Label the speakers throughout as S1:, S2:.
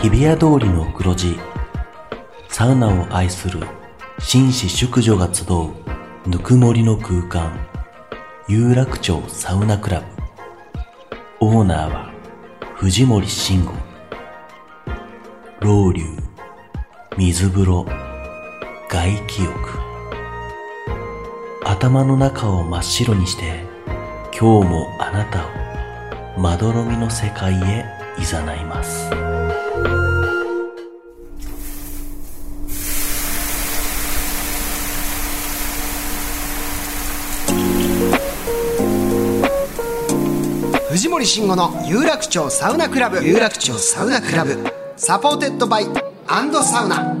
S1: 日比谷通りの黒字サウナを愛する紳士淑女が集うぬくもりの空間有楽町サウナクラブオーナーは藤森慎吾老流水風呂外気浴頭の中を真っ白にして今日もあなたをまどろみの世界へ誘います
S2: 藤森慎吾の有楽町サウナクラブ有楽町サウナクラブサポーテッドバイアンドサウナ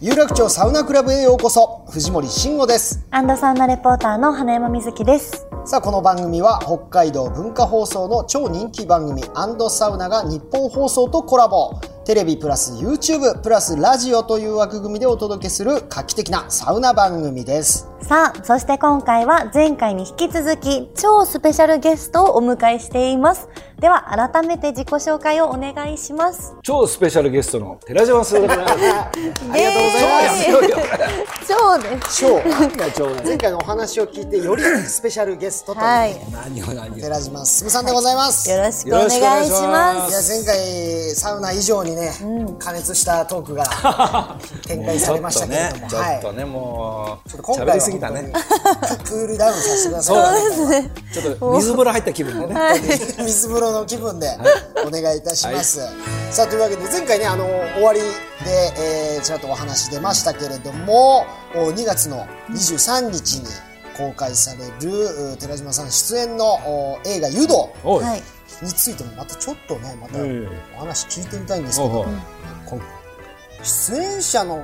S2: 有楽町サウナクラブへようこそ藤森慎吾です
S3: アンドサウナレポーターの花山瑞希です。
S2: さあこの番組は北海道文化放送の超人気番組アンドサウナが日本放送とコラボテレビプラス YouTube プラスラジオという枠組みでお届けする画期的なサウナ番組です
S3: さあ、そして今回は前回に引き続き超スペシャルゲストをお迎えしています。では改めて自己紹介をお願いします。
S4: 超スペシャルゲストの寺 島すでございます。
S3: ありがとうございます。超です。
S2: 超前回のお話を聞いてよりスペシャルゲストという
S3: はい。よ
S4: 何を何を。
S2: 寺島進さんでございます、い、
S3: ろしくお願いしま。
S4: よろしくお願いします
S2: や前回サウナ以上にね、加熱したトーク が展開されましたけれども
S4: ちょ
S2: はい
S4: っとね、もう。
S2: ちょっと今回
S4: 喋り
S2: は
S4: す
S2: 本
S4: ぎた
S2: 当
S4: ね
S2: に。クールダウンさせてくださ
S4: そう
S2: い、
S4: だね。ちょっと水風呂入った気分でね。
S2: 水風呂の気分でお願いいたします、さあというわけで前回ねあの終わりで、えーちらっとお話出ましたけれどもお2月の23日に公開されるう寺島さん出演のお映画「湯道」
S4: おい。
S3: はい。
S2: についてもまたちょっとねまた
S4: うん
S2: お話聞いてみたいんですけ
S4: お
S2: ど、
S4: う
S2: こう出演者の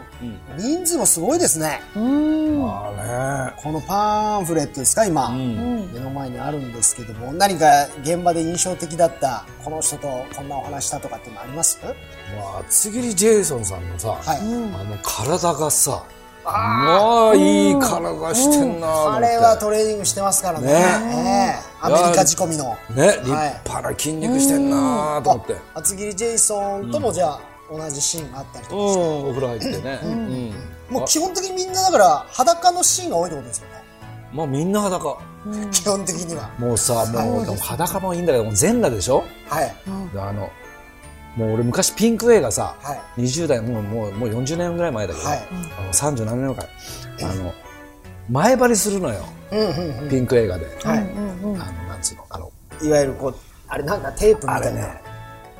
S2: 人数もすごいですね、
S3: うーん。
S4: あ
S2: このパンフレットですか今、
S4: れ。うん。
S2: 目の前にあるんですけども何か現場で印象的だったこの人とこんなお話したとかっていうのあります
S4: もう厚切りジェイソンさんのさ。
S2: はい、
S4: あの体がさ。まあ、いい体してんなと思
S2: あ
S4: って。
S2: れはトレーニングしてますからね
S4: ね
S2: ええアメリカ仕込みの
S4: ね、立派な筋肉してんなと思って。
S2: 厚切りジェイソンともじゃあ同じシーンがあったり
S4: う
S2: と
S4: ん
S2: かして、、
S4: お風呂入ってね。うん。
S2: もう基本的にみんなだから裸のシーンが多いってことですよね
S4: まあ、みんな裸。
S2: 基本的には
S4: もうさ、もう、でも裸もいいんだけど、もう全裸でしょ
S2: はい
S4: であのもう俺昔ピンク映画さ、
S2: はい
S4: 20代もうもうもう40年ぐらい前だけど、
S2: はい
S4: あの37年前あの前張りするのよ、ピンク映画で、
S2: はい、
S4: あのなんつうのあの
S2: いわゆるこうあれなんだテープみ
S4: あ
S2: た
S4: れ
S2: いな、
S4: ね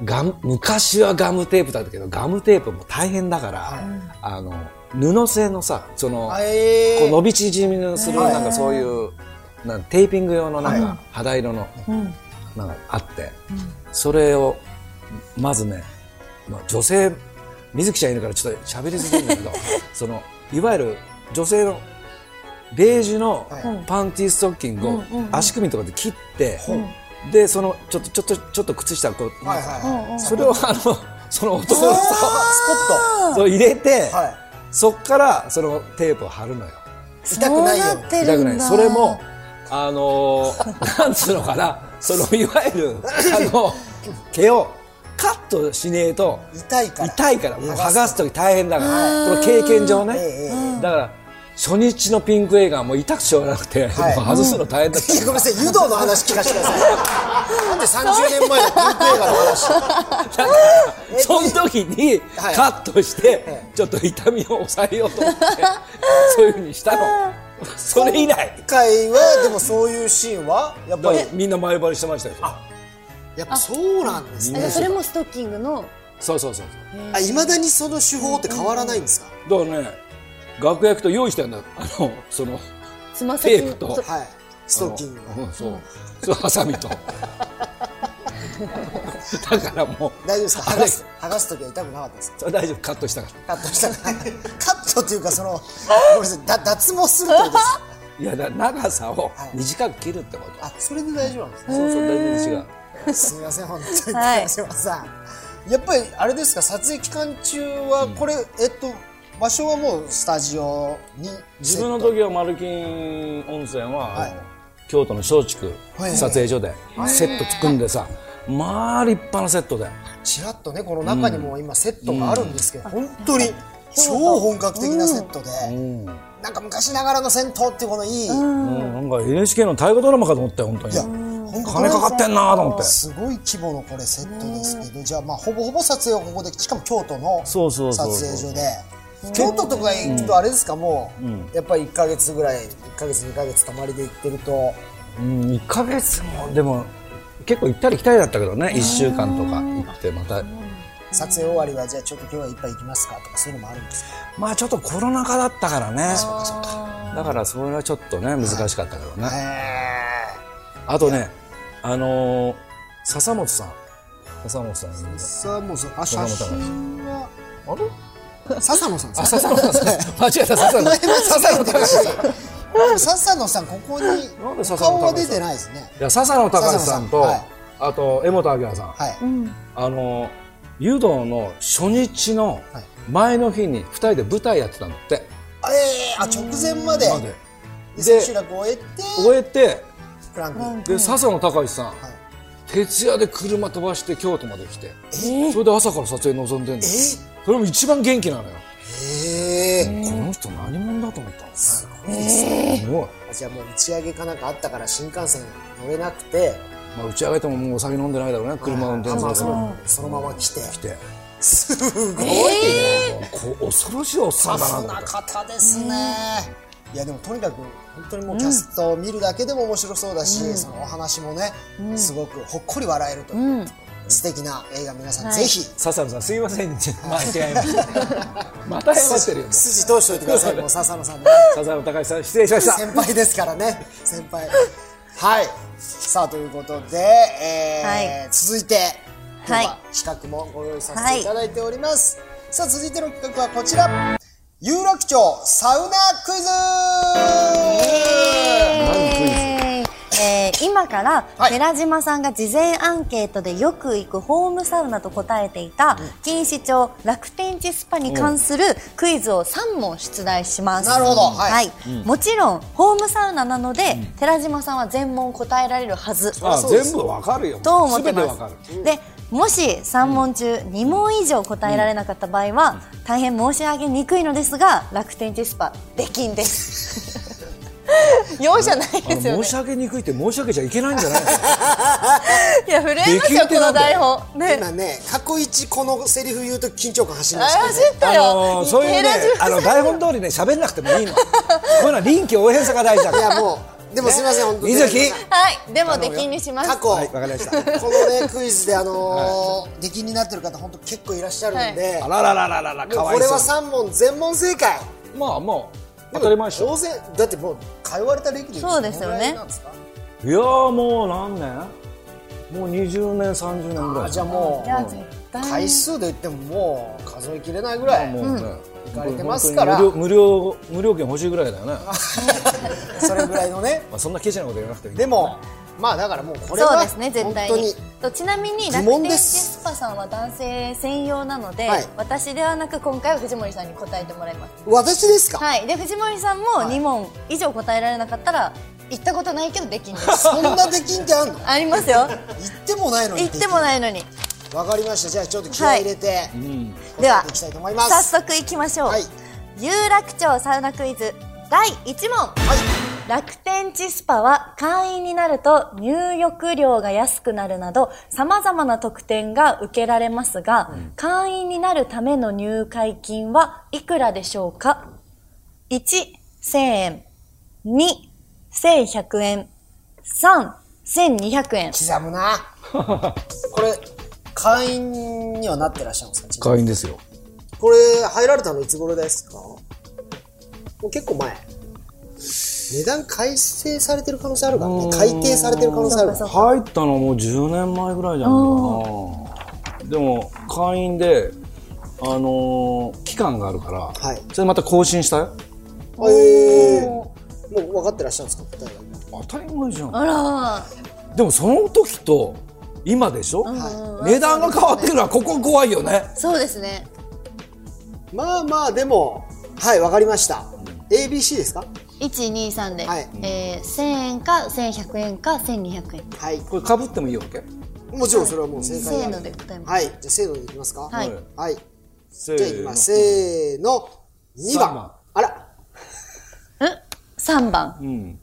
S4: ガム昔はガムテープだったけどガムテープも大変だから、あの布製のさその、
S2: あえー
S4: こう伸び縮みのするなんかそういうなんテーピング用のなんか肌色のなんかあってそれをまずねまあ女性水木ちゃんいるからちょっと喋りすぎるんだけどそのいわゆる女性のベージュの
S2: は
S4: パンティーストッキングを足首のとかで切ってでそのちょっとちょっとちょっと靴下をこう
S2: はいはいはい
S4: それをあのその男のさ
S2: ス
S4: そう入れて
S2: ポットはい
S4: そっからそのテープを貼るのよ。
S2: 痛くないよ
S3: そうなって
S4: 痛
S3: る
S4: く
S3: ん
S4: ない
S3: だ。
S4: それも あのーなんつうのかなそのいわゆるあの毛をカットしねえと
S2: 痛いから
S4: 痛いからもう剥がす時大変だか
S2: は
S4: らこの経験上ね
S2: えええ
S4: だから初日のピンク映画はもう痛くしょうがなくて、
S2: はい
S4: もう外すの大変だっ
S2: いやごめんなさい湯道の話聞かせてくださいなんで30年前のピンク映画の話
S4: た、その時に
S2: はい
S4: カットして
S2: え
S4: ちょっと痛みを抑えようと 思ってそういうふうにしたのそれ以来
S2: 今回はでもそういうシーンはやっ
S4: だ
S2: ぱ
S4: か
S2: り
S4: らみんな前張りしてましたよ
S2: やっぱそうなんですね
S3: えそれもストッキングの。
S4: そうそうそうそう
S2: あいまだにその手法って変わらないんですか
S4: だからね楽屋行くと用意してんだあのその
S3: つま先
S4: テープと
S2: はいストッキング
S4: あのうんそうそうハサミと だからもう
S2: 大丈夫ですか
S4: あ
S2: 剥
S4: れ
S2: がす剥がす時は痛くなかったですか
S4: それ大丈夫カットしたか
S2: カットしたからカットっていうかそのごめんなさいだ脱毛するってことです
S4: らいやだ長さを
S2: はい
S4: 短く切るってこと、
S2: あそれで大丈夫なんですね
S4: そうそう大事に違う
S2: すみません、本当に、
S3: はい
S2: 寺島さん。やっぱり、あれですか、撮影期間中は、これ、えっと、場所はもうスタジオに。
S4: 自分の
S2: セット
S4: 時はマルキン温泉は、あの
S2: はい
S4: 京都の松竹
S2: はいはい
S4: 撮影所でセット組んでさまあ立派なセットで
S2: ちらっとねこの中にも今セットがあるんですけど、本当に超本格的なセットで、
S4: うんな
S2: なんか昔ながらの戦闘っていうこのいい、
S4: んか NHK の大河ドラマかと思ったよ本当に
S2: いや本当
S4: 金かかってんなと思って
S2: すごい規模のこれセットですけど、じゃあまあほぼほぼ撮影はここでしかも京都の撮
S4: そうそうそう
S2: 影所で京都とか行くとあれですか、もう、やっぱり1か月ぐらい1か月2か月たまりで行ってると
S4: うん1ヶ月もでも結構行ったり来たりだったけどね1週間とか行ってまた
S2: 撮影終わりはじゃあちょっと今日はいっぱい行きますかとかそういうのもあるんですか
S4: まあちょっとコロナ禍だったからねだからそれはちょっとね難しかったけどね、
S2: へ
S4: あとねあのー笹本さん笹本さんいるんだ
S2: ーさあもうそうあ写
S4: 笹本さん
S2: 真は
S4: あれ
S2: 笹野さんです
S4: あ
S2: ね
S4: 笹本さん 間違えた笹 野笹野隆さん
S2: でも笹野さんここに
S4: なんで笹野隆さん
S2: 顔は出てないですね
S4: いや笹野隆さんと
S2: 笹野さ
S4: あと江本明さん
S2: はい
S4: あの湯道の初日の
S2: はい
S4: 前の日に2人で舞台やってたんだって、
S2: えー、あ直前まで
S4: まで
S2: で千秋楽を終えて
S4: 終えて
S2: クランクイン
S4: で笹野隆さん、徹夜で車飛ばして京都まで来てそれで朝から撮影臨んでんのそれも一番元気なのよ
S2: えー、
S4: この人何者だと思ったのす
S2: いいですね
S4: ごい、
S2: あじゃあもう打ち上げかなんかあったから新幹線乗れなくて
S4: まあ、打ち上げてももうお酒飲んでないだろうね車運転する
S2: そ
S4: から
S2: のそのまま来て
S4: 来て
S2: すごい
S4: こう恐ろしいおっさんだなと
S2: タフな
S4: 思って
S2: 方ですねいやでもとにかく本当にもうキャストを見るだけでも面白そうだし、そのお話もね、すごくほっこり笑えるという、素敵な映画皆さん、ぜひ
S4: 笹野さんすいません間違えました また謝ってるよもう
S2: 筋通しといてくだ さいもう笹野さんのね
S4: 笹野隆さん失礼しました
S2: 先輩ですからね先輩はいさあということで、えー
S3: は
S2: 続いて今
S3: はい
S2: 日は企画もご用意させていただいております、さあ続いての企画はこちら有楽町サウナクイズ
S3: えーえー今から
S2: はい
S3: 寺島さんが事前アンケートでよく行くホームサウナと答えていた錦糸町楽天地スパに関するクイズを3問出題します。
S2: なるほどはい
S3: もちろんホームサウナなので、寺島さんは全問答えられるはず。
S4: あ全部わかるよ
S3: と思ってま
S4: 全てわかる
S3: す。で、もし3問中2問以上答えられなかった場合は、大変申し上げにくいのですが、楽天チスパ、できんです。 容赦ない
S4: あ
S3: で
S4: の
S3: すよ
S4: 申
S3: ね
S4: し。上げにくいって申し上げちゃいけないんじゃないの
S3: いや、震えますよ、
S4: できんって
S3: こ
S4: な
S3: の
S4: んだ
S3: 台
S4: よ
S3: 本。ね。
S2: 今ね過去一このセリフ言うと緊張感走りましたね
S3: 走ったよ。
S4: のーそういうね
S3: 寺島
S4: あの台本通りね喋んなくても いいのこういうのは臨機応変さが大事だか
S2: い
S4: ら
S2: やもうでもすいません、本当に
S4: 水木
S3: はい、でもできんにします
S2: 過。去、
S4: はいわかりました
S2: このねクイズであのー出禁になってる方本当結構いらっしゃるんで、
S4: あららららららか
S2: もう
S4: わ
S2: こ
S4: い
S2: れ
S4: そ
S2: は
S4: う
S2: 三問全問正解
S4: まあまあ当たり前でしょ
S2: 当然だってもう通われた歴で
S3: そうですよ
S2: どの
S3: ね
S2: ぐらいなんですか
S4: いやーもう何年もう20年30年ぐら
S2: あ
S4: い
S2: じゃあも
S3: いや
S2: う
S3: 絶対
S2: 回数で言ってももう数えきれないぐらい
S4: もうね
S2: 行かれてますから
S4: 本当に無料無料無料券欲しいぐらいだよね
S2: それぐらいのね
S4: まあそんなケチなこと言わなくていい
S2: でもまあだからもうこれ
S3: そう
S2: は
S3: ですね絶
S2: 本
S3: 対
S2: 当
S3: に
S2: に
S3: とちなみに
S2: 疑
S3: 楽
S2: 問
S3: 天
S2: で
S3: チ
S2: す
S3: スパさんは男性専用なので、
S2: はい
S3: 私ではなく今回は藤森さんに答えてもらいます
S2: 私ですか
S3: はい、で藤森さんも2問以上答えられなかったら行ったことないけどできんです
S2: そんな出禁ってあんの
S3: ありますよ
S2: 言ってもないのに
S3: 行ってもないのに
S2: わかりましたじゃあちょっと気合い入れて
S3: では
S2: 答えていきたいと思います
S3: 早速行きましょう、
S2: はい
S3: 有楽町サウナクイズ第1問、楽天地スパは会員になると入浴料が安くなるなど様々な特典が受けられますが、会員になるための入会金はいくらでしょうか1、1000円。2、1100円。3、1200円。
S2: 刻むな これ会員にはなってらっしゃるんですか
S4: 会員ですよ
S2: これ入られたのいつ頃ですかもう結構前値段改正されてる可能性あるからね改定されてる可能性あるから
S4: 入ったのもう10年前ぐらいじゃないかなでも会員であのー期間があるから、
S2: はい
S4: それまた更新したよ
S2: えー、もう分かってらっしゃるんですか答えが
S4: 当たり前じゃん
S3: あら
S4: でもその時と今でしょ、
S2: は
S4: 値段が変わってるのはここ怖いよね
S3: そうですね。
S2: まあまあでもはい分かりました ABC ですか
S3: 123で、
S2: はい
S3: えー、1000円か1100円か1200円
S2: はい。
S4: これかぶってもいいわけ
S2: もちろんそれはもう正解
S3: せ
S2: な
S3: ーの
S2: ん
S3: で答えます、
S2: はい。じゃあ、せーのでいきますか。
S3: はい
S2: はい。
S4: せ
S2: じゃあ、いきます。せーの。2
S4: 三番
S2: 番。あら。
S3: うん、3番
S4: うん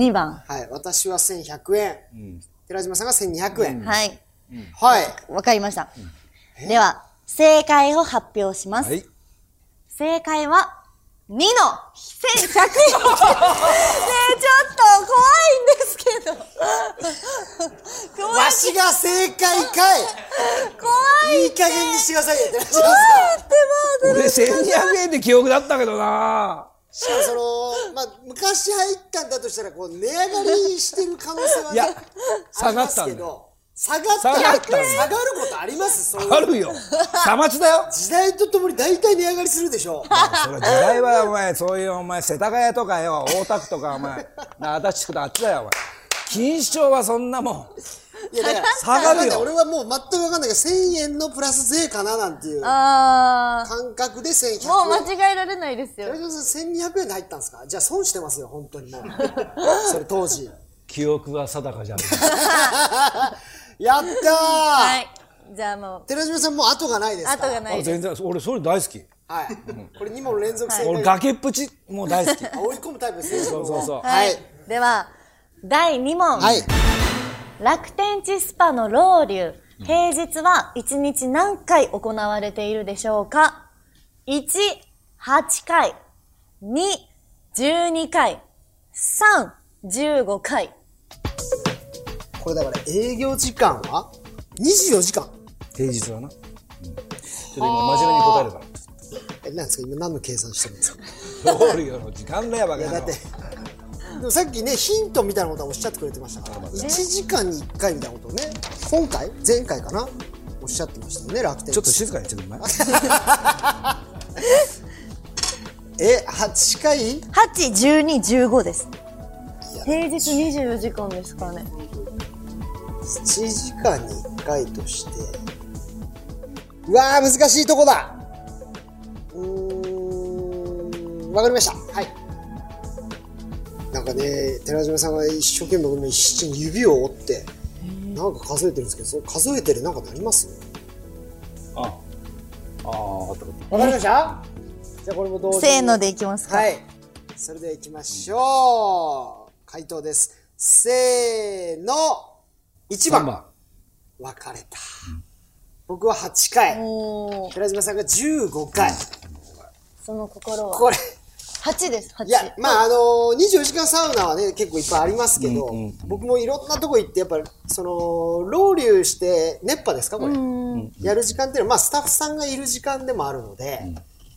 S3: 2番
S2: はい。私は1100円。
S4: うん
S2: 寺島さんが1200円。
S3: はい
S2: はい。
S3: わかりました、では正解を発表します、
S4: はい
S3: 正解は2の1100円ねえちょっと怖いんですけど怖い
S2: わしが正解かい
S3: 怖い
S2: いい加減にしてくださいよ、寺島さん。
S4: 俺1200円で記憶だったけどな
S2: しかもその、まあ、昔入ったんだとしたら、こう、値上がりしてる可能性はね、
S4: いや
S2: あり
S4: 下が
S2: ま
S4: っ
S2: す
S4: たんだ
S2: け
S4: よ
S2: ど、下がった
S4: 下がったんだよ
S2: 下がることありますその
S4: あるよ下町だよ
S2: 時代とともに大体値上がりするで しょう。
S4: それ時代はお前そういうお前世田谷とかよ大田区とかお前な足立区とかあっちだよお前錦糸町はそんなもん
S2: いやだから
S4: 下がるよ
S2: わかんない俺はもう全く分かんないけど1000円のプラス税かななんていう
S3: あ
S2: 感覚で1100
S3: ー
S2: 円
S3: もう間違えられないですよ
S2: 寺島さん1200円で入ったんですかじゃあ損してますよ本当にもうそれ当時
S4: 記憶は定かじゃん
S2: やったー、
S3: はいじゃあもう
S2: 寺島さんもう後がないですか
S3: 後
S2: ら
S3: がないです
S4: 全然俺それ大好き
S2: はいこれ2問連続正解、
S4: 俺崖っぷちもう大好き
S2: あ追い込むタイプですね
S4: そうそうそう
S2: はい
S3: では第2問、
S2: はい
S3: 楽天地スパのロウリュ平日は1日何回行われているでしょうか18回212回315回
S2: これだから営業時間は24時間
S4: 平日はな、ちょっと今真面目に答えるから
S2: えなんですか今何の計算してるんですか
S4: ローリオの時間だよバ
S2: い
S4: カ
S2: やだっ
S4: 野郎
S2: てでもさっきねヒントみたいなことはおっしゃってくれてましたから1時間に1回みたいなことをね今回前回かなおっしゃってましたよね楽天
S4: ちょっと静かにしてくれない
S2: え8回い
S3: 81215です
S2: や
S3: 平日24時間ですからね
S2: 7時間に1回としてうわー難しいとこだうーんわかりましたはいなんかね寺島さんが一生懸命この七に指を折ってなんか数えてるんですけどその数えてるなんかなります
S4: あああ分かった
S2: わかりましたじゃあこれも同時に
S3: せーのでいきますか、
S2: はいそれではいきましょう回答ですせーの1番分かれた僕は8回
S3: おー
S2: 寺島さんが15回
S3: その心は
S2: これ
S3: 8です8
S2: いやまああの24時間サウナはね結構いっぱいありますけど、
S4: うんうんうん
S2: 僕もいろんなとこ行ってやっぱそのロウリュして熱波ですかこれ、やる時間っていうのは、まあ、スタッフさんがいる時間でもあるので、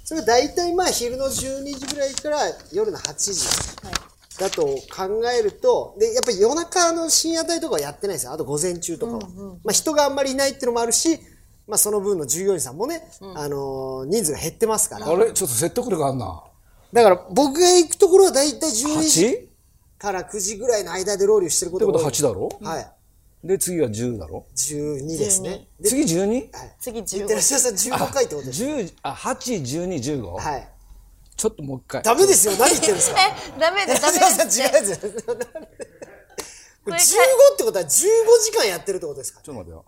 S2: それが大体まあ昼の12時ぐらいから夜の8時だと考えるとでやっぱり夜中の深夜帯とかはやってないですよあと午前中とかは、まあ、人があんまりいないっていうのもあるし、まあ、その分の従業員さんもね、あの人数が減ってますから
S4: あれちょっと説得力あんな
S2: だから僕が行くところは大体12
S4: 8?
S2: 時
S4: って
S2: から9時ぐらいの間でロウリュしてること
S4: こと
S2: が
S4: は
S2: 多い
S4: 8だろ
S2: はい
S4: で次は10だろ
S2: 12ですねで
S4: 次 12?
S2: はい
S3: 次15
S2: 言ってらっしゃるさん15回ってことです
S4: 10あ8、12、15、
S2: はい
S4: ちょっともう一回
S2: ダメですよ何言ってるんですか
S3: えダメ ですダメで
S2: 寺島
S3: す
S2: さん違うやつこれ15ってことは15時間やってるってことですか
S4: ちょっと待てよ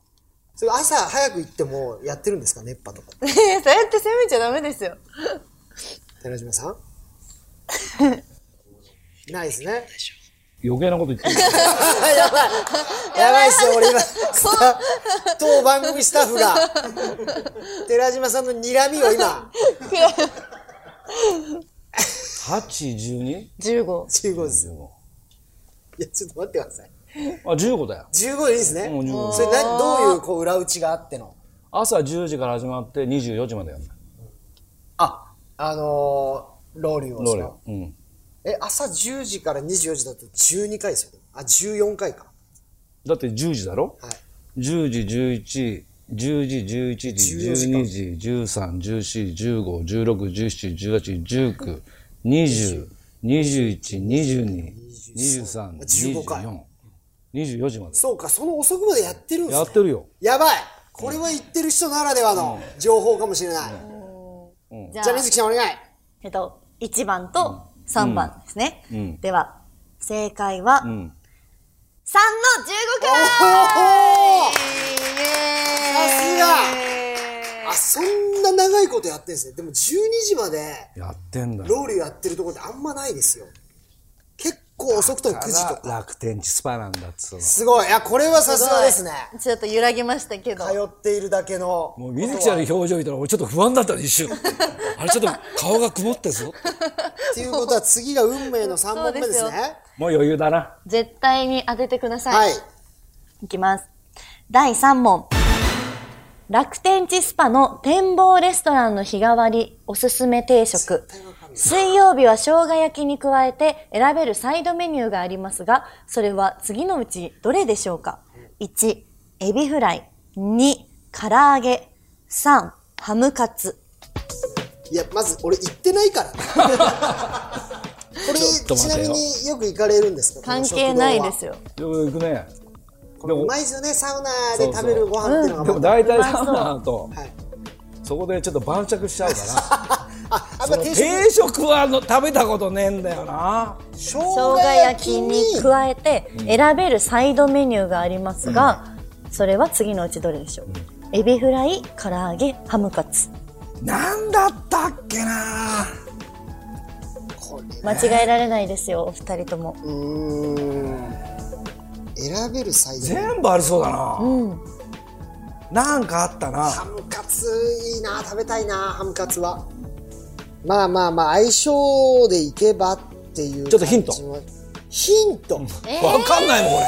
S2: それ朝早く行ってもやってるんですか熱波とか
S3: えーそうやって攻めちゃダメですよ。
S2: 寺島 さんないですね
S4: 余計なこと言ってる
S2: やばいやばいっすよ俺今スタ 当番組スタッフが寺島さんの睨みを今
S4: 8、12?
S3: 十五。
S2: 15です
S4: 15
S2: いや、ちょっと待ってください。
S4: あ15だよ
S2: 15でいいですね。
S4: もう15
S2: それな、どういうこう裏打ちがあっての。
S4: 朝10時から始まって24時までやる
S2: あ、あのー、ローリューを
S4: ロ
S2: そ
S4: ーレ
S2: の
S4: オうん
S2: え、朝10時から24時だと12回ですよね。あ、14回か。
S4: だって10時だろ
S2: はい。
S4: 10時、11、10時、11時、
S2: 14時間
S4: 12時、13、14、15、16、17、18、19、20、21、22、23、
S2: 15回
S4: 24、24時まで。
S2: そうか、その遅くまでやってるんです
S4: や
S2: ね
S4: ってるよ。
S2: やばいこれは言ってる人ならではの情報かもしれない。
S3: じゃ
S2: じゃあ、
S3: あ
S2: 水木さんお願い。
S3: えっと一番と3番ですね。
S4: うん
S3: では、正解は、3
S4: う
S3: の15
S4: ん。
S3: 回イエーイ
S2: あ、そんな長いことやってんですね。でも12時まで
S4: やってんだ。
S2: ロウリュやってるところってあんまないですよ。結構遅くとも9時と
S4: から
S2: か。
S4: 楽天地スパなんだっつうの。
S2: すごい。いや、これはさすがですね。
S3: ちょっと揺らぎましたけど。
S2: 通っているだけの。
S4: もう水木ちゃんの表情見たら俺ちょっと不安だったの一瞬。あれちょっと顔が曇って るぞ。
S2: っていうことは次が運命の3本目です
S3: そうです
S2: ね。
S4: もう余裕だな。
S3: 絶対に当ててください。
S2: はいい。。
S3: きます。第3問。楽天地スパの展望レストランの日替わりおすすめ定食。水曜日は生姜焼きに加えて選べるサイドメニューがありますが、それは次のうちどれでしょうか ?1、エビフライ。2、唐揚げ。3、ハムカツ。
S2: いや、まず俺行ってないからね。これ、
S4: ょっと
S2: ちな
S4: 待
S2: み
S4: てよ
S2: によく行かれるんですか
S3: 関係ないです
S2: よ。
S3: よ。
S4: よく行くね。
S2: このうまいですよね、サウナで食べるご飯っていうの
S4: で
S2: が
S4: も
S2: また。
S4: 大体サウナと
S2: はい
S4: そこでちょっと晩酌しちゃうから。
S2: あ、やっ
S4: そ
S2: ぱ
S4: の
S2: 定
S4: 定
S2: 食。
S4: 食はあの食べたことねえんだよな。
S2: 生
S3: 生姜焼きに加えて選べるサイドメニューがありますが、それは次のうちどれでしょう、エビフライ唐揚げハムカツ
S4: なんだったっけな。
S2: これ
S3: 間違えられないですよお二人とも
S2: うーん。選べるサイズ。
S4: 全部ありそうだな。
S3: うん
S4: なんかあった
S2: ハ
S4: な。
S2: ムカツいいな、食べたいな、ハムカツは。まあまあまあ、相性でいけばっていう。
S4: ちょっとヒント。
S2: ヒント、
S4: わかんないもんこ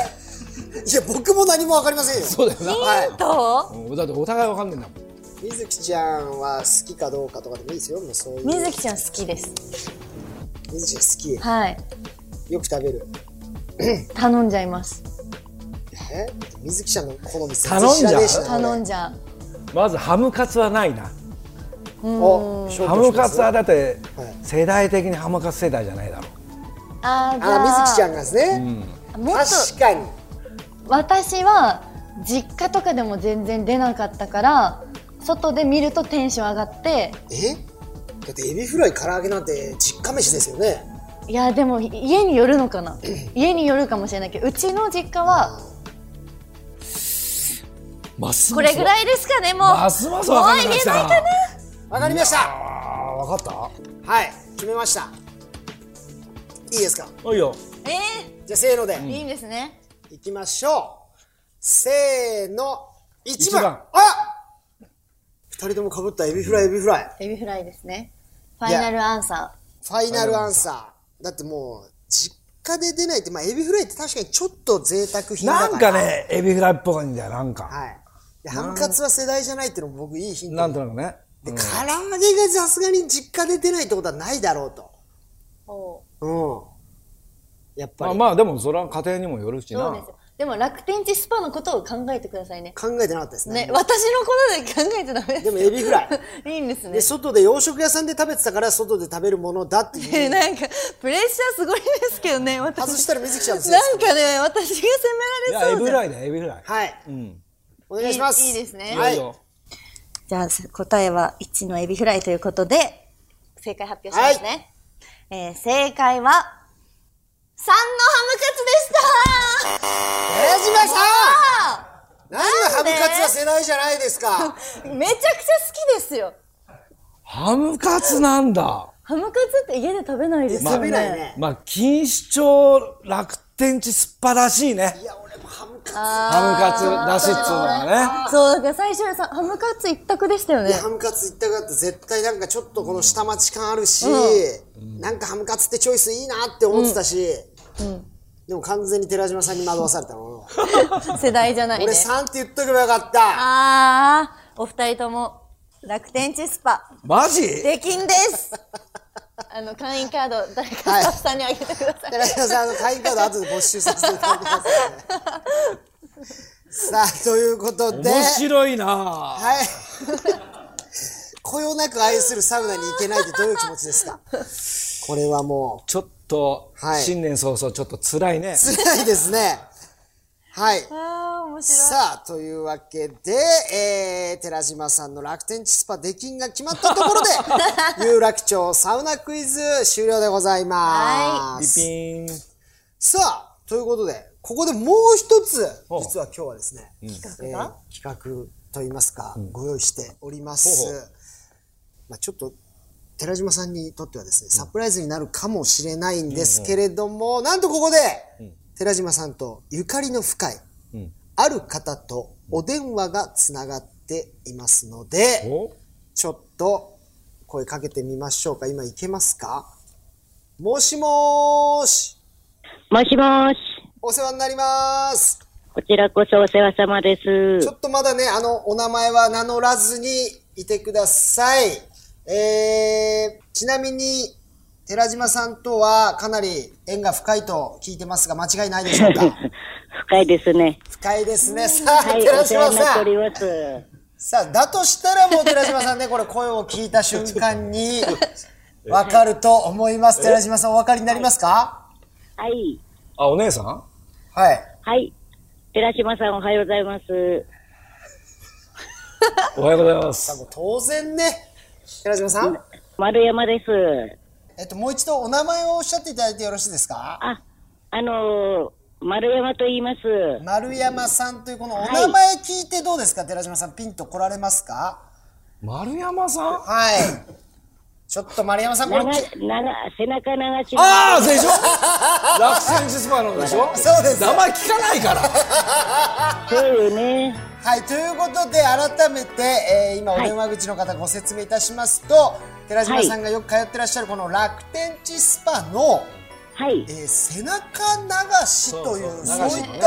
S4: れ。
S2: いや、僕も何もわかりませんよ。
S4: そうだよな。
S2: はい。
S3: ど
S4: うんだってお互いわかんねえんだもん。
S2: 水木ちゃんは好きかどうかとかでもいいですよ。もうそういう
S3: う。水木ちゃん好きです
S2: 水木ちゃん好
S3: はい
S2: き。よく食べる。
S3: 頼んじゃいます
S2: え水木ちゃんの好み
S4: 頼んじゃう
S3: 頼ん
S2: じ
S3: じゃう
S4: まずハムカツはないな。
S2: ゃお
S4: ハムカツは
S2: だ。
S4: だって
S2: はい
S4: 世代的にハムカツ世代じゃないだろ
S3: あーじゃあ
S2: あ、水木ちゃんがですね。
S3: ゃんもっ
S2: 確かに。
S3: と私は実家とかでも全然出なかったから外で見るとテンション上がって
S2: えだってエビフライ唐揚げなんて実家飯ですよね。
S3: いやでも家によるのかな家によるかもしれないけどうちの実家は
S4: う。ます
S3: これぐらいですかねもう
S4: ますますわかんなくなってきた
S3: もう言えないか
S2: わかりました。
S4: あーわかっ
S2: はい、決めました。いいですか。
S4: た。おいよ。
S3: え
S2: じゃあせーので、
S3: ー、いいんですね
S2: いきましょう。せーの、一番。
S4: 一番
S2: あ。二人とも被ったエビフライエビフライ。
S3: エビフライですねファイナルアンサ
S2: ファイナルアンサー。だってもう実家で出ないってまあエビフライって確かにちょっと贅沢品だ
S4: な
S2: から。
S4: んか。ねエビフライっぽいんだよなんか。
S2: はい。でハムカツは世代じゃないっていうのも僕いいヒント。
S4: なんとなくね。
S2: で唐揚げがさすがに実家で出ないってことはないだろうと。
S3: ーお
S2: うん。やっぱ
S4: ま
S2: り。
S4: あまあでもそれは家庭にもよるし
S3: ーそう
S4: な
S3: です。よでも楽天地スパのことを考えてくださいね
S2: 考えてなかったです
S3: ね私のことで考えちゃダメです
S2: でもエビフラ
S3: いいんですね
S2: で外で洋食屋さんで食べてたから外で食べるものだってい う
S3: えーなんかプレッシャーすごいですけどね
S2: 外し
S3: 私
S2: たら水木ちゃんですよ
S3: なんかね私が責
S4: い
S3: めら
S4: や
S3: れ
S4: エ
S3: そうじ
S4: ビフ
S3: ゃん
S4: ライだよエビフライ。
S2: はい
S4: うん。
S2: お願いします
S3: いいいいですね
S2: はい
S4: いよ
S3: じゃあ答えは1のエビフライということで、正解発表しますね。えー正解は、3のハムカツでした
S2: 寺島
S3: あ
S2: さんなんでハムカツは世代じゃないですか
S3: ーめちゃくちゃ好きですよ。
S4: ハムカツなんだ。
S3: ハムカツって家で食べないですよね。
S2: 食べないね
S4: まあ錦糸町楽天地すっぱらしいね。
S2: いや俺もハムカツ
S4: ハム
S3: あ
S4: カツだしっつうのがね。
S3: ーそう、だから最初はさハムカツ一択でしたよね。
S2: ハムカツ行ったかって絶対なんかちょっとこの下町感あるし、なんかハムカツってチョイスいいなって思ってたし、でも完全に寺島さんに惑わされたの
S3: 世代じゃない
S2: 俺
S3: ね。
S2: 3って言っとけばよかった
S3: あー、お二人とも楽天チスパ。
S4: マジ
S3: 出禁 です。あの会員カード誰かスタッフさんにあげてください。
S2: 寺島さんの会員カード後で没収させていただきます、ね、さあということで
S4: 面白いなぁ。
S2: はい。こよなく愛するサウナに行けないってどういう気持ちですかこれはも
S4: ちょっと
S2: はい
S4: 新年早々ちょっと辛いね。
S2: う、辛いですね。はい。
S3: ああ、面白い。
S2: さあ、というわけで、えー、寺島さんの楽天地スパ出禁が決まったところ で、有楽町サウナクイズ終了でございます。
S4: ピンピン。
S2: さあ、ということで、ここでもう一つ、実は今日はですね、
S3: 企画が
S2: えー企画といいますか、ご用意しております。
S4: ほうほ
S2: まあ、ちょっと、寺島さんにとってはですね、サプライズになるかもしれないんですけれども、なんとここで、寺島さんとゆかりの深い、
S4: ん
S2: ある方とお電話がつながっていますので、
S4: お
S2: ちょっと声かけてみましょうか。今いけますかもしもーし、
S5: もしもーし。
S2: お世話になります。
S5: こちらこそお世話様です。
S2: ちょっとまだね、あの、お名前は名乗らずにいてください。えー、ちなみに、寺島さんとはかなり縁が深いと聞いてますが、間違いないでしょうか
S5: 深いですね。
S2: 深いですね。さあ、
S5: はい、
S2: 寺
S5: お世
S2: 島
S5: 話になって
S2: さ
S5: おり
S2: ん。
S5: ます。
S2: さあ、だとしたらもう寺島さんね、これ声を聞いた瞬間 に、わかると思います。寺島さん、お分かりになりますか
S5: はい。
S4: あ、お姉さん
S2: はい。
S5: はい。寺島さんおはようございます。
S4: おはようございます。
S2: もう当然ね、寺島さん。
S5: 丸山です。
S2: えっと、もう一度お名前をおっしゃっていただいてよろしいですか
S5: あ、あのー、丸山と言います。
S2: 丸山さんというこのお名前聞いてどうですか、寺島さんピンと来られますか
S4: 丸山さん
S2: はい ちょっと丸山さんこれ
S5: 長、長、背中流しの。
S4: ああで しょ楽天ジスパのでしょ
S2: そうです
S4: 名前聞かないから
S5: そうよね。
S2: はいということで改めて、えー今お電話口の方ご説明いたしますと、寺島さんがよく通ってらっしゃるこの楽天地スパの、
S5: はい
S2: え。ー背中流しという
S4: そう
S2: そ
S4: そうう流し
S2: い
S4: の
S2: っ
S4: ね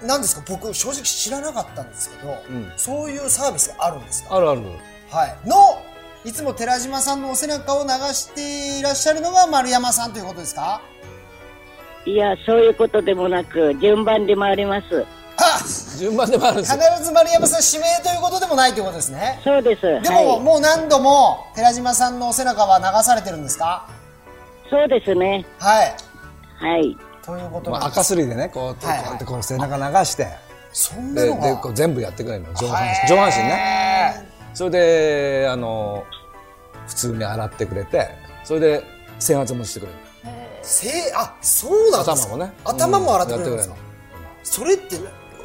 S2: たなんですか僕正直知らなかったんですけど、
S4: ん
S2: そういうサービスがあるんですか
S4: あるある
S2: はい、のいつも寺島さんのお背中を流していらっしゃるのが丸山さんということです か
S5: いや、そういうことでもなく、順番で回ります。
S2: あ
S4: 順番でもあるんです
S2: 必
S4: よ
S2: ず丸山さん指名ということでもないということですね
S5: そうです。
S2: でも、
S5: は
S2: もう何度も寺島さんのお背中は流されてるんですか
S5: い。そうですね。
S2: はい
S5: はい。
S2: ということ
S4: ま
S2: なん
S4: あ、
S2: です、
S4: 赤スリーでねこう
S2: はい
S4: こうやってこの背中流して
S2: そんな
S4: で
S2: のが
S4: でこう全部やってくれるの上半
S2: へー
S4: 身上半身ねそれであの普通に洗ってくれてそれで洗髪もしてくれる
S2: せあそうなんです
S4: 頭
S2: か
S4: もね
S2: 頭も洗ってくれるん
S4: うん
S2: で
S4: や
S2: すか、それって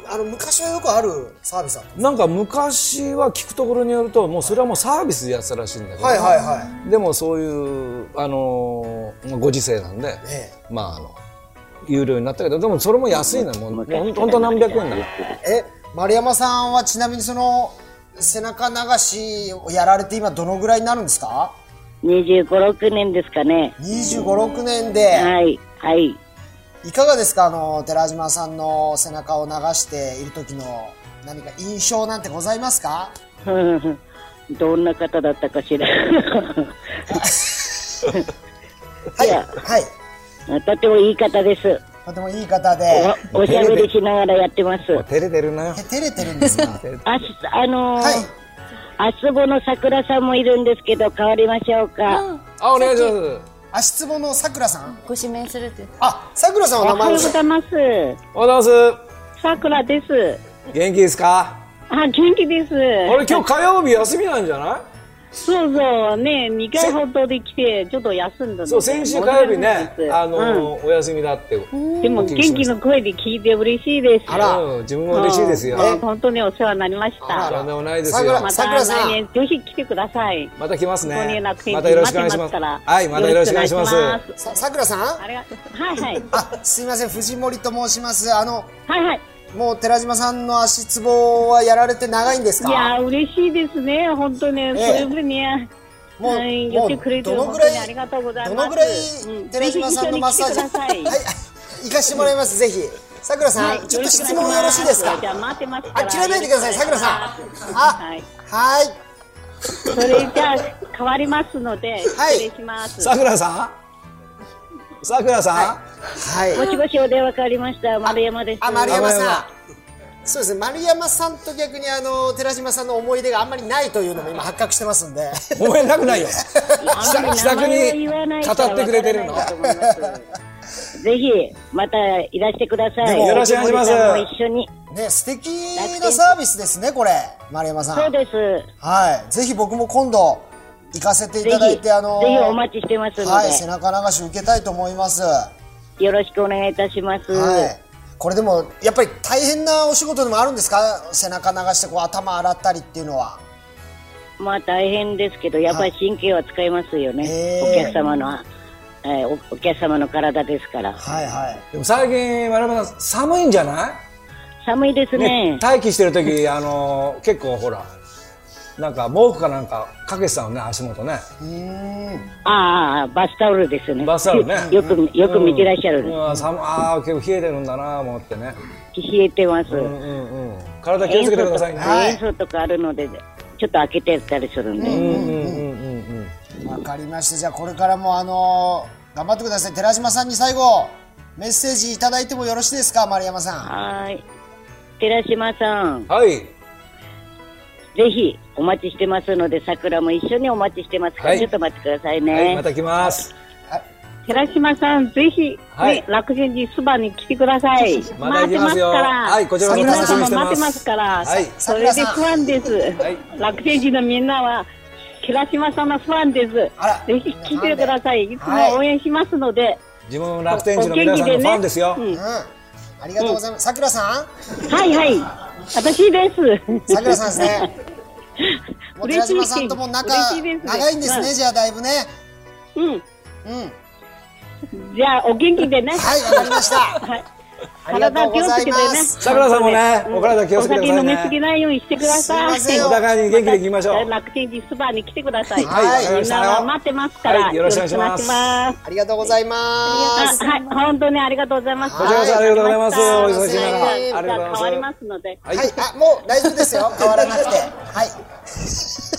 S2: あの昔はよくあるサービスだったんで
S4: なんか昔は聞くところによるともうそれはもうサービスでやってたらしいんだけ
S2: す
S4: ど、
S2: はいはいは
S4: でもそういう、あのーご時世なんで、
S2: い、え
S4: まああの有料になったけどでもそれも安いのもうほんほんと何百円だから
S2: ええ丸山さんはちなみにその背中流しをやられて今どのぐらいになるんですか
S5: 25、6年ですかね。
S2: 25、6年で、
S5: はい。はい。
S2: いかがですか、あの、寺島さんの背中を流している時の何か印象なんてございますか
S5: うんどんな方だったかしら。
S2: はい、
S5: いや
S2: はい。
S5: とてもいい方です。
S2: とてもいい方で、
S5: おおしゃべりしながらやってます。
S4: 照れてるなよ
S2: え照れてるんですか
S5: あす、あのー
S2: はい。
S5: あすぼの桜さんもいるんですけど、変わりましょうか。
S4: あお願いします
S2: 足つぼのさくらさん
S3: ご指名するって。
S2: あ、さくらさん
S5: お
S2: の名
S5: は
S2: 前を
S5: ようございます。
S4: おはようございま
S5: さくらです。
S4: す元気ですか
S5: あ、元気です。
S4: あれ今日火曜日休みなんじゃな
S5: そうそう、ね、2回ほどで来て、ちょっと休んだので
S4: いそう先週火曜日ね
S5: 申し訳ないです
S4: あのー、お休みだって
S5: うんでも元気の声で聞いて嬉しいです。
S2: あら
S4: うん自分も嬉しいですよ
S5: うん本当にお世話になりまし
S4: と
S5: た。
S4: んでもないです
S2: 桜
S4: よ
S5: ま
S2: さ
S5: た
S2: くらさん
S5: 来年ぜひ来てください。
S4: また来ます
S5: ここに
S4: ね
S5: 楽天
S4: またよろしくお願いし
S5: 待っ
S4: ま
S5: て
S4: す
S5: から
S4: はいまたよろしくお願いします
S5: よろくお願いします
S2: ささくらさん
S5: あれがはいはい
S2: あ、すいません、藤森と申します。あの、
S5: は いはい。
S2: もう寺島さんの足つぼはやられて長いんです
S5: いや
S2: か
S5: ー嬉しいですね。本当ね、
S2: え
S5: そういうふうにね。
S2: もう
S5: はい、
S2: も
S5: 言
S2: う
S5: ってくれてる
S2: どのぐ
S5: 本当
S2: らい
S5: にありがとうございます。
S2: どのぐらい
S5: うん
S2: 寺島さんのマッサージ、
S5: ぜひ一緒に来てくだ
S2: は
S5: さ
S2: いあ行かしてもらいますぜひさくらさん、
S5: いはい
S2: ちょっと質問よろしいですか
S5: じゃあ待ってますか
S2: あ
S5: ら。
S2: 切らないでくださいさくらさんあ
S5: はい。
S2: はい
S5: それじゃあ変わりますので
S2: はい
S5: 失礼します。
S4: さくらさんさくらさ
S2: は
S5: も
S2: い
S5: しもしお電話変わりました丸山です。
S2: あ丸山
S4: 丸
S2: さ
S4: 山
S2: んそうですね丸山さんと逆にあの寺島さんの思い出があんまりないというのも今発覚してますん で
S4: ん思えなくないよ
S5: あんまり名前を言わないから
S4: 気さくに語ってくれてるの
S5: わからないと思いますぜひ、またいらしてくださ
S2: で
S5: い。
S2: もよろ
S4: しくお願いします
S5: 藤森さんも一緒に。
S2: ね、素敵なサービスですね、これ。丸山さ。
S5: そうんです。
S2: はい。ぜひ僕も今度、行かせてい
S5: ぜ
S2: ただい
S5: ひ、
S2: て、あの
S5: ぜひお待ちしてますので、
S2: はい、背中流し受けたいと思います。は
S5: よろしくお願いいたします。
S2: い。これでも、やっぱり大変なお仕事でもあるんですか背中流して、こう、頭洗ったりっていうのは。
S5: まあ大変ですけど、やっぱり神経は使いますよね。
S2: へー
S5: お客様の、えーお、お客様の体ですから。
S2: はいはい。
S4: でも最近、丸山さん、寒いんじゃな
S5: 寒いです
S4: い、
S5: ね。
S4: 待機してる時あの結構ほら、なんか毛布かなんかかけてたのね、足元ね。
S2: うーん。
S5: ああ、バスタオルですね。
S4: バスタオルね
S5: よく、よく見てらっしゃる。
S4: うんうん寒ああ、結構冷えてるんだなと思ってね。
S5: 冷えてます。
S4: うんうんうん。体気をつけてくださいね。
S5: 塩素と塩素とかあるので、ちょっと開けてたりするんで。
S4: うんうんうんうん。
S2: わかりました。じゃあ、これからも、あの頑張ってください。寺島さんに最後、メッセージいただいてもよろしいですか丸山さん。
S5: はーい。寺島さん、ぜ
S4: はい。
S5: ひお待ちしてますので、桜も一緒にお待ちしてますから、
S4: はい
S5: ちょっと待ってくださいね。
S4: はい、また来ます。
S6: 寺島さん、ぜひ、ね
S4: はい
S6: 楽天寺そばに来てください。
S4: また行きま
S6: 待って
S4: すよ
S6: ますから。
S4: はいこちら
S2: も
S6: 皆
S2: 楽し
S6: さ
S2: み
S6: ん
S2: に
S6: も
S4: してます
S6: 待ってますから。
S4: はい
S6: それで不安です。
S4: い
S6: 楽天寺のみんなは、寺島さんの不安です。ぜ
S2: あら
S6: ひ聞いてください。いつ
S2: はい
S6: も応援しますので。
S4: 自分楽天地の皆さんのファンですよ。
S6: うん
S2: うん。ありがとうございます。さくらさん
S6: はいはい。私です。
S2: さくらさんですね。 もう寺島さんとも仲
S6: 嬉しいです
S2: 長いんですね、じゃあだいぶね。
S6: うん。
S2: うん。はい、
S6: じゃあ、お元気でね。
S2: わかりました。
S6: はい。
S2: ありがとうござ
S6: 体
S2: いま
S6: 気をつけてね
S2: す。
S4: さくらさんもね、
S6: うん
S4: お体気をつけてく
S6: お
S4: だ
S6: 酒飲み
S4: さ
S6: す
S4: い
S6: ぎ
S4: ね。
S6: ないようにしてください。
S2: すいません
S4: お互いに元気でいきましょう。
S6: 楽天リスバーに来てください。
S2: はいはい
S6: みんなは待ってますから、
S4: はいよろしくお願いしま
S6: よろし
S4: す
S6: くお願いし
S2: ありがとうございま。
S6: ますす。あはい、本当にありがとうございます。
S2: こちらこそ
S4: ありがとうございます
S6: は
S2: お忙しい中
S6: はい
S4: ありがとうございます
S6: じゃあ変わりますので。
S2: はい、あ、もう大丈夫です よ。変わらなくて。はい。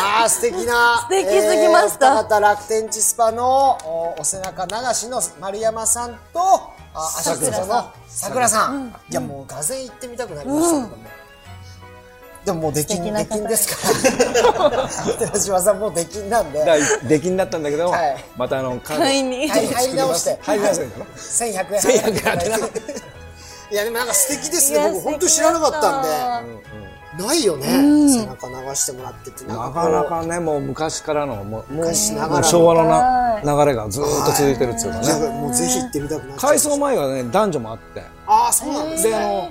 S2: あー素敵な
S3: 素敵すぎました
S2: えーお二方楽天地スパのおお背中流しの丸山さんとあ
S3: さくらさん
S2: アシスタントのさくらさん、いやもうがぜん行ってみたくなりましたけども、でももう出禁
S3: 敵な
S2: 出
S3: 方
S2: 禁ですから 寺島さんもう出禁なんで
S4: だから出禁になったんだけど
S2: はい、
S4: またあの、カード
S3: 会員に。
S2: はい入り直して
S4: 入りなさいよ。
S2: 1100円
S4: 1100円当てなかっ
S2: いやでもなんか素敵です
S3: い
S2: ね
S3: や
S2: 僕本当知らなかったんで
S3: んで。
S2: ないよね、背中流してもらってって
S4: な
S2: な
S4: かな
S2: こ
S4: かね、もう昔からの、もう、も
S2: 昔ながらの
S4: う昭和のな流れがずーっと続いてるっていうか
S2: うじゃあ
S4: ね。
S2: もうぜひ行ってみたくなっちゃう
S4: 改装前はね、男女もあって、
S2: ああそうなんです
S4: で、あ
S2: ね
S4: の、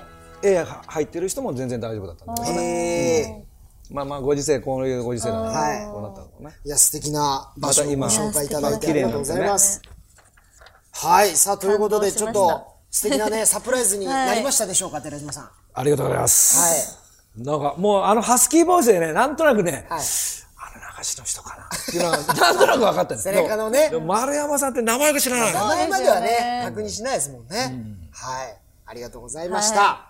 S4: 絵入ってる人も全然大丈夫だったんだけど
S2: へ
S4: ね。
S2: え
S4: まあまあ、ご時世、こういうご時世なんで
S2: はい
S4: ね、こうなったのかね。
S2: いや素敵な場所をご
S4: また今
S2: 紹介いただいてあ
S4: 綺
S2: り
S4: 麗
S2: が
S4: なん
S2: とう
S4: で
S2: ご
S4: ね
S2: ざいます、はいさあということでちょっ
S3: 感動しま
S2: と素敵なねサプライズになりましたでしょうか、寺島さん
S4: ありがとうございま
S2: は
S4: す。なんか、もうあの、ハスキーボイスでね、なんとなくね、
S2: はい
S4: あの流しの人かなっていうのは、 なんとなく分かったんです
S2: 背中のね
S4: でも丸山さんって名前が知らない。
S2: 名
S4: は
S2: 前までは
S3: そうです
S2: ね
S3: よね
S2: 確認しないですもんね、はいありがとうございました、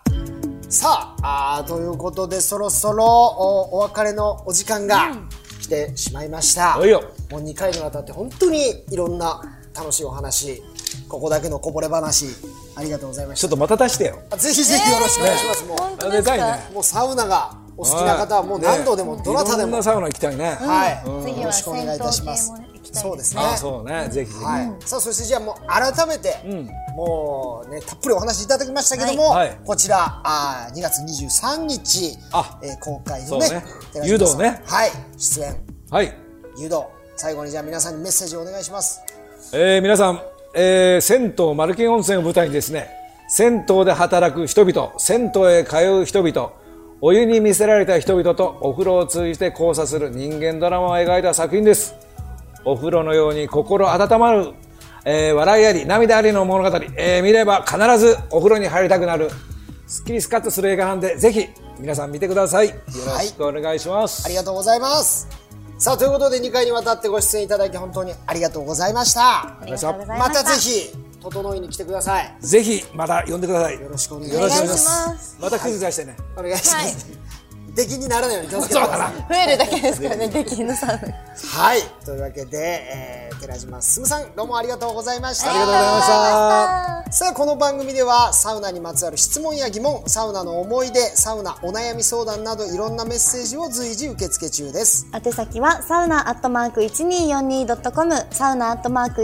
S2: さああーということでそろそろおお別れのお時間が来てしまいました、
S4: いよ。
S2: もう2回にわたって本当にいろんな楽しいお話ここだけのこぼれ話ありがとうございまし
S4: ちょったとまた出してよ。
S2: ぜひぜひよろしくお願いします、も
S3: 本当
S4: で
S3: です
S4: か
S3: か
S4: いね
S2: うもうサウナがお好きな方はもう何度でもどなたでも、
S4: いろんなサウナ行きたいね。
S2: はい、
S3: 次は
S2: よろしくお願いいたします
S3: 戦闘系も行きたいですね
S2: そうですね
S4: あ、そうね。ぜひぜひ。
S2: はいさあそしてじゃあもう改めて、もうねたっぷりお話いただきましたけども、
S4: はいはい
S2: こちらあー2月23日
S4: あ
S2: えー公開
S4: そ
S2: の
S4: う
S2: ね
S4: ね
S2: 寺島さん
S4: 湯道ね
S2: はい出演
S4: はい。
S2: 誘導最後にじゃあ皆さんにメッセージをお願いします
S4: えー皆さん、えー銭湯丸金温泉を舞台にですね銭湯で働く人々銭湯へ通う人々お湯に魅せられた人々とお風呂を通じて交差する人間ドラマを描いた作品ですお風呂のように心温まる、えー笑いあり涙ありの物語、えー見れば必ずお風呂に入りたくなるスッキリスカッとする映画なんでぜひ皆さん見てくださいよろしくお願いします、
S2: ありがとうございますさあということで2回にわたってご出演いただき本当にありがとうございました
S3: ありがとうございま
S2: ま
S3: した
S2: たぜひ整いに来てください
S4: ぜひまた呼んでください
S2: よろしくお願い
S4: よ
S2: し
S4: ろ
S2: ま
S4: しくお願いし
S2: す
S4: ますまたクイズ出してね、
S2: お願いします、 出禁にならないように気をつけてください。
S3: 増えるだけですからね、出禁のサウナ。
S2: はい。というわけで、えー、寺島進さん、どうもありがとうございました。
S4: ありがとうございました。
S2: さあこの番組ではサウナにまつわる質問や疑問サウナの思い出サウナお悩み相談などいろんなメッセージを随時受付中です
S3: 宛先はサウナアットマーク 1242.com サウナアットマーク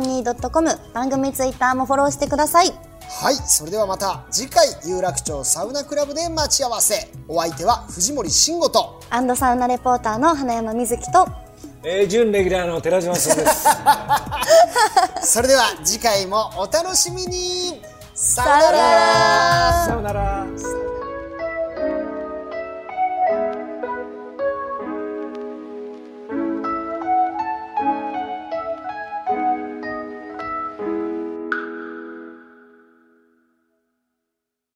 S3: 1242.com 番組ツイッターもフォローしてください
S2: はいそれではまた次回有楽町サウナクラブで待ち合わせお相手は藤森慎吾と
S3: アンドサウナレポーターの花山瑞希と
S4: えー、準レギュラーの寺島さんです。
S2: それでは次回もお楽しみにさよなら
S4: さよなら。